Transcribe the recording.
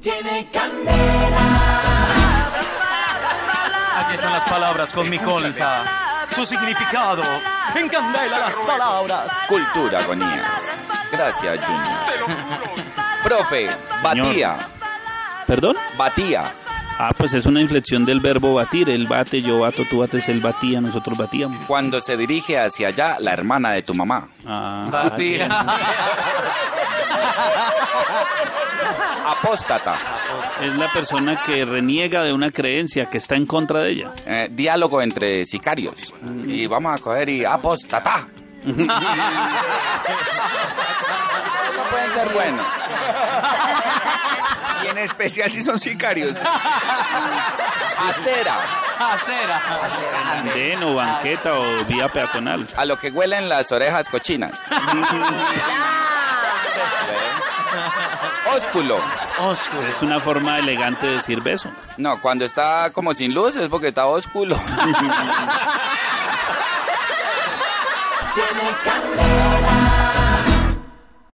tiene candela. Aquí están las palabras con mi colta. Su significado. En candela las palabras. Cultura, Agonías. Gracias, Junior. Profe, batía, ¿Perdón? batía. Ah, pues es una inflexión del verbo batir. Él bate, yo bato, tú bates, él batía, nosotros batíamos. Cuando se dirige hacia allá la hermana de tu mamá. Ah, Batía. Apóstata. Es la persona que reniega de una creencia, que está en contra de ella. Eh, diálogo entre sicarios. Y vamos a coger y ah, pues, apóstata. no pueden ser buenos. Y en especial si son sicarios. Acera. Acera. Andén o banqueta o vía peatonal. A lo que huelen las orejas cochinas. Ósculo. Oscuro. Es una forma elegante de decir beso. No, cuando está como sin luz es porque está ósculo. Tiene candela.